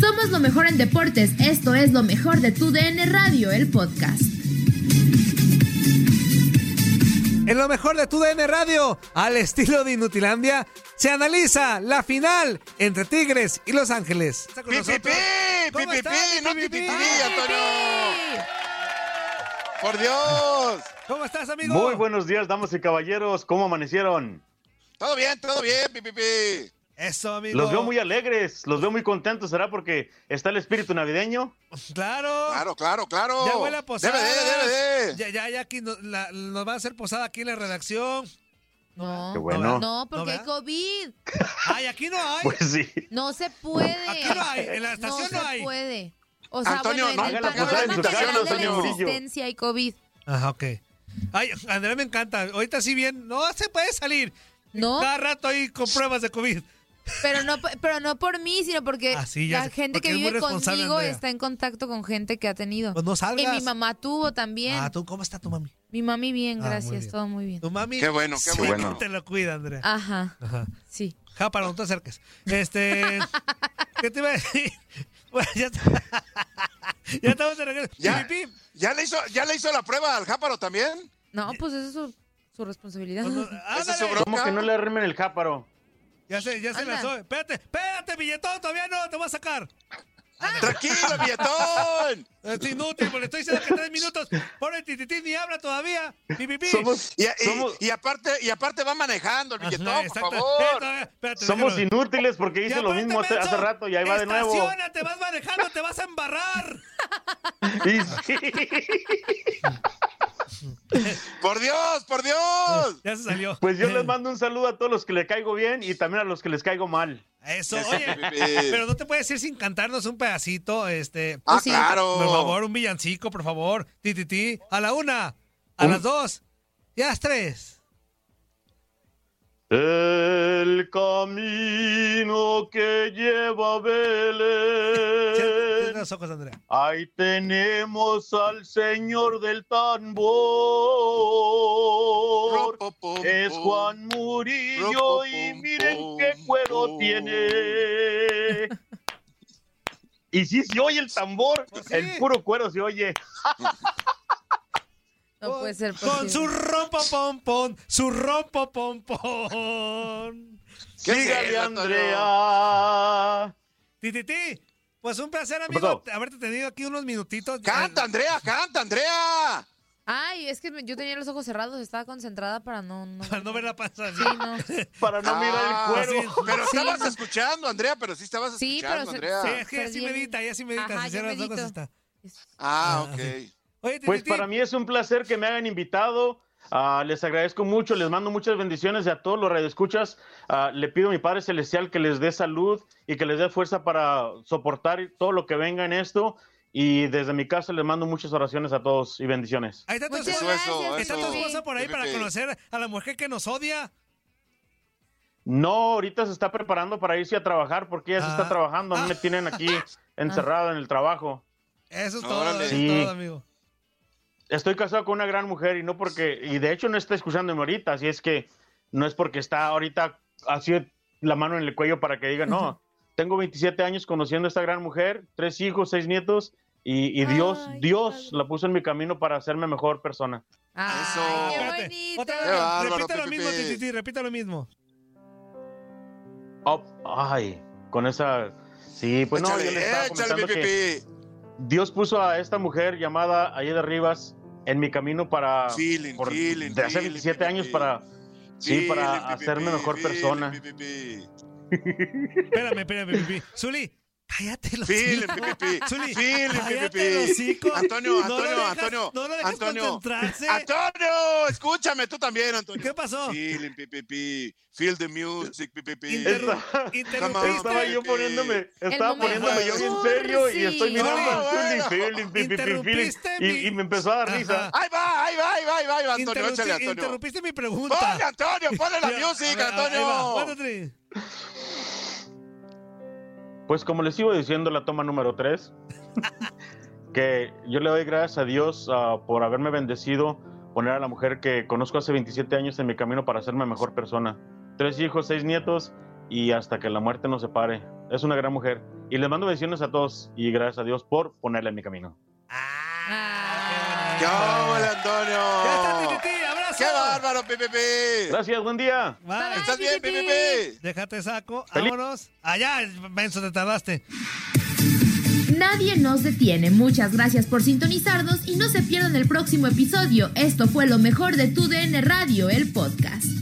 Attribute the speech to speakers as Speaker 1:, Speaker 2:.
Speaker 1: Somos lo mejor en deportes. Esto es lo mejor de tu DN Radio, el podcast.
Speaker 2: En lo mejor de tu DN Radio, al estilo de Inutilandia, se analiza la final entre Tigres y Los Ángeles. Está con
Speaker 3: ¡Pi, pi, pi!
Speaker 2: nosotros-
Speaker 3: ¡Pi,
Speaker 2: ¿Cómo
Speaker 3: pi,
Speaker 2: está,
Speaker 3: pi! ¡No
Speaker 2: pi,
Speaker 3: pi,
Speaker 2: pi,
Speaker 3: pi,
Speaker 2: pi?
Speaker 3: pi, Antonio! ¡Por Dios!
Speaker 2: ¿Cómo estás, amigo?
Speaker 4: Muy buenos días, damas y caballeros. ¿Cómo amanecieron?
Speaker 3: Todo bien, todo bien, pi, pi, pi.
Speaker 2: Eso, amigo.
Speaker 4: Los veo muy alegres, los veo muy contentos. ¿Será porque está el espíritu navideño?
Speaker 2: Claro.
Speaker 3: Claro, claro, claro.
Speaker 2: Ya huele a posada.
Speaker 3: Debe de, debe de.
Speaker 2: Ya, ya, ya aquí nos, la- nos va a hacer posada aquí en la redacción.
Speaker 5: No,
Speaker 4: Ah, Qué bueno.
Speaker 5: no,
Speaker 2: ¿No,
Speaker 5: porque hay
Speaker 2: verdad?
Speaker 5: COVID.
Speaker 2: Ay, aquí no hay.
Speaker 4: Pues sí.
Speaker 5: No se puede.
Speaker 2: Aquí no hay, en la estación no
Speaker 5: se
Speaker 2: hay.
Speaker 5: puede. O sea,
Speaker 3: Antonio,
Speaker 5: bueno,
Speaker 3: no haga
Speaker 5: en el
Speaker 3: la posada en
Speaker 5: panorama
Speaker 3: su casa,
Speaker 5: general de
Speaker 3: Antonio
Speaker 5: la
Speaker 3: Murillo.
Speaker 5: existencia hay COVID.
Speaker 2: Ajá, ok. Ay, Andrea me encanta. Ahorita sí bien. No se puede salir.
Speaker 5: No.
Speaker 2: Cada rato ahí con pruebas de COVID.
Speaker 5: Pero no, p- pero no por mí, sino porque
Speaker 2: Ah, sí, ya
Speaker 5: la
Speaker 2: sé,
Speaker 5: gente
Speaker 2: porque es
Speaker 5: que
Speaker 2: muy
Speaker 5: vive
Speaker 2: responsable,
Speaker 5: conmigo
Speaker 2: Andrea.
Speaker 5: está en contacto con gente que ha tenido.
Speaker 2: Pues no
Speaker 5: y
Speaker 2: salgas.
Speaker 5: mi mamá tuvo también.
Speaker 2: Ah, ¿tú cómo está tu mami?
Speaker 5: Mi mami bien,
Speaker 2: Ah, muy
Speaker 5: gracias,
Speaker 2: bien.
Speaker 5: todo muy bien.
Speaker 2: Tu mami.
Speaker 3: Qué bueno, qué
Speaker 2: sí
Speaker 3: bueno.
Speaker 2: que te lo cuida, Andrea.
Speaker 5: Ajá,
Speaker 2: Ajá.
Speaker 5: sí.
Speaker 2: Ja, para no te acerques. Este. ¿Qué te iba a decir? Bueno, ya, está- ya estamos de regreso.
Speaker 3: Ya.
Speaker 2: Pipi,
Speaker 3: ¿Ya le hizo, ya le hizo la prueba al Jáparo también?
Speaker 5: No, pues eso es su, su responsabilidad.
Speaker 2: pues no-
Speaker 3: Ese es su
Speaker 2: ándale.
Speaker 4: ¿Cómo
Speaker 3: bronca.
Speaker 4: que no le arrimen el jáparo?
Speaker 2: Ya se, ya se
Speaker 5: Anda.
Speaker 2: lanzó. Espérate, espérate, billetón, todavía no, te voy a sacar. Ah.
Speaker 3: ¡Tranquilo, billetón!
Speaker 2: Es inútil, porque estoy diciendo que tres minutos. Pobre tititín ni habla todavía. Pi, pi, pi.
Speaker 4: Somos,
Speaker 3: Y, y-
Speaker 4: somos,
Speaker 3: y aparte, y aparte va manejando el
Speaker 2: Ajá,
Speaker 3: billetón, por
Speaker 2: exacto. Eh,
Speaker 3: favor.
Speaker 2: todavía, espérate,
Speaker 4: somos
Speaker 2: déjalo.
Speaker 4: inútiles porque
Speaker 2: Y
Speaker 4: hizo lo
Speaker 2: aparte,
Speaker 4: mismo hace,
Speaker 2: menso,
Speaker 4: hace rato y ahí va de nuevo.
Speaker 2: Estacionate, vas manejando, te vas a embarrar.
Speaker 4: Y sí.
Speaker 3: ¡Por Dios, por Dios!
Speaker 2: Ya se salió.
Speaker 4: Pues yo les mando un saludo a todos los que le caigo bien y también a los que les caigo mal.
Speaker 2: Eso, oye. Pero no te puedes ir sin cantarnos un pedacito, este.
Speaker 3: Ah,
Speaker 5: sí.
Speaker 3: claro.
Speaker 2: Por favor, un villancico, por favor. Ti, ti, ti. A la una, a
Speaker 4: Un-
Speaker 2: las dos y a las tres.
Speaker 4: El camino que lleva a
Speaker 2: Cierra
Speaker 4: Belén.
Speaker 2: los ojos, Andrea.
Speaker 4: Ahí tenemos al señor del tambor.
Speaker 3: Ro, po, po,
Speaker 4: Es
Speaker 3: po.
Speaker 4: Juan Murillo y miren qué cuero tiene. Y sí se oye el tambor,
Speaker 2: Pues sí.
Speaker 4: el puro cuero se oye.
Speaker 5: No puede ser posible.
Speaker 2: ah, oh, Con su rompo pom pom, su rompo pom pom.
Speaker 3: ¿Qué es
Speaker 4: Sígale,
Speaker 3: eso,
Speaker 4: Andrea.
Speaker 2: Ti, ti, ti. Pues un placer,
Speaker 4: ¿Qué
Speaker 2: amigo,
Speaker 4: pasó?
Speaker 2: haberte tenido aquí unos minutitos.
Speaker 3: ¡Canta, Andrea, canta, Andrea!
Speaker 5: Ay, es que me- yo tenía los ojos cerrados, estaba concentrada para no... no
Speaker 2: Para no ver la panza.
Speaker 5: Sí, no.
Speaker 4: Para no
Speaker 3: Ah,
Speaker 4: mirar el cuero.
Speaker 2: sí.
Speaker 3: Pero
Speaker 5: Sí,
Speaker 3: estabas
Speaker 5: no.
Speaker 3: escuchando, Andrea, pero sí estabas
Speaker 5: Sí,
Speaker 3: escuchando,
Speaker 5: pero se-
Speaker 3: Andrea.
Speaker 2: Sí, es que
Speaker 5: Pero
Speaker 2: así
Speaker 5: bien.
Speaker 2: medita, ya sí medita.
Speaker 5: Ajá,
Speaker 2: se
Speaker 5: ya
Speaker 2: cierran los ojos
Speaker 5: medito.
Speaker 2: está.
Speaker 3: Ah, ok.
Speaker 2: Oye, ti,
Speaker 4: Pues
Speaker 2: ti, ti.
Speaker 4: para mí es un placer que me hayan invitado. Ah, les agradezco mucho, les mando muchas bendiciones y a todos los radioescuchas. Ah, le pido a mi Padre Celestial que les dé salud y que les dé fuerza para soportar todo lo que venga en esto. Y desde mi casa les mando muchas oraciones a todos y bendiciones.
Speaker 2: Ahí está tu
Speaker 5: Muchas
Speaker 2: esposa.
Speaker 3: Eso, eso,
Speaker 5: gracias,
Speaker 2: Está tu
Speaker 3: eso.
Speaker 2: esposa por ahí
Speaker 3: Pepe.
Speaker 2: para conocer a la mujer que nos odia.
Speaker 4: No, ahorita se está preparando para irse a trabajar porque ella se
Speaker 2: Ah.
Speaker 4: está trabajando. A mí me tienen aquí encerrado en el trabajo.
Speaker 2: Eso es todo,
Speaker 3: Órale.
Speaker 2: eso
Speaker 4: Sí.
Speaker 2: es todo, amigo.
Speaker 4: Estoy casado con una gran mujer y no porque, y de hecho no está escuchándome ahorita, así es que no es porque está ahorita así la mano en el cuello para que diga, no, tengo 27 años conociendo a esta gran mujer, tres hijos, seis nietos, y, y Dios,
Speaker 5: Ay, qué
Speaker 4: Dios
Speaker 5: padre.
Speaker 4: la puso en mi camino para hacerme mejor persona.
Speaker 5: Ay,
Speaker 3: Eso.
Speaker 5: qué
Speaker 2: Espérate,
Speaker 5: bonito.
Speaker 2: Otra
Speaker 3: Qué
Speaker 2: vez,
Speaker 3: bárbaro,
Speaker 2: repita lo
Speaker 3: Pepe.
Speaker 2: mismo, Tititi, repita lo mismo.
Speaker 4: Oh, ay, con esa... Sí, pues no, yo le
Speaker 3: échale,
Speaker 4: estaba
Speaker 3: échale,
Speaker 4: comentando
Speaker 3: mi
Speaker 4: que-
Speaker 3: pipí.
Speaker 4: Dios puso a esta mujer llamada Ayeda Rivas en mi camino para
Speaker 3: Feeling,
Speaker 4: ah, por-
Speaker 3: feeling,
Speaker 4: de hace
Speaker 3: feeling,
Speaker 4: 27
Speaker 3: pipí.
Speaker 4: años para sí,
Speaker 3: Feeling,
Speaker 4: para
Speaker 3: pipí,
Speaker 4: hacerme mejor
Speaker 3: feeling,
Speaker 4: persona.
Speaker 3: pipí, pipí.
Speaker 2: Espérame, espérame, pipí. Zuli, cállate los
Speaker 3: Feeling, pipí.
Speaker 2: Zuli,
Speaker 3: Feeling,
Speaker 2: cállate los
Speaker 3: pipí.
Speaker 2: hocico.
Speaker 3: Antonio,
Speaker 2: No lo
Speaker 3: Antonio,
Speaker 2: dejas-
Speaker 3: Antonio.
Speaker 2: No lo dejas
Speaker 3: Antonio.
Speaker 2: concentrarse.
Speaker 3: Antonio, escúchame, tú también, Antonio.
Speaker 2: ¿Qué pasó?
Speaker 3: Feeling, pipí, pipí. Feel the music, pipí, pipí.
Speaker 2: Interru-
Speaker 4: Estaba- Estaba
Speaker 2: Interrumpiste,
Speaker 4: yo poniéndome, estaba
Speaker 5: momento
Speaker 4: poniéndome yo bien
Speaker 5: cursi.
Speaker 4: serio y estoy mirando
Speaker 2: No,
Speaker 4: al
Speaker 3: bueno.
Speaker 4: Philip, Philip, Philip, Philip,
Speaker 2: Interrumpiste mi-
Speaker 4: y, y me empezó a dar risa.
Speaker 2: Ajá.
Speaker 3: Ahí va, ahí va, ahí va, ahí va, ahí va, Antonio,
Speaker 2: interrumpi-
Speaker 3: échale, Antonio.
Speaker 2: interrumpiste mi pregunta.
Speaker 3: Ponle, Antonio, ponle la music, Antonio.
Speaker 4: Pues como les iba diciendo, la toma número 3, que yo le doy gracias a Dios ah, por haberme bendecido poner a la mujer que conozco hace 27 años en mi camino para hacerme mejor persona. Tres hijos, seis nietos y hasta que la muerte nos separe. Es una gran mujer. Y les mando bendiciones a todos y gracias a Dios por ponerla en mi camino.
Speaker 2: Ah,
Speaker 3: ¡Qué óvole,
Speaker 2: Ya está,
Speaker 3: Antonio!
Speaker 2: Tititi, abrazo.
Speaker 3: ¡Qué bárbaro, PPP!
Speaker 4: Gracias, buen día.
Speaker 2: Bye.
Speaker 5: Bye.
Speaker 3: ¿Estás bien,
Speaker 5: Tititi.
Speaker 3: PPP?
Speaker 2: Déjate saco,
Speaker 4: Feliz-
Speaker 2: vámonos. Allá, menso, te tardaste.
Speaker 1: Nadie nos detiene. Muchas gracias por sintonizarnos y no se pierdan el próximo episodio. Esto fue lo mejor de Tu DN Radio, el podcast.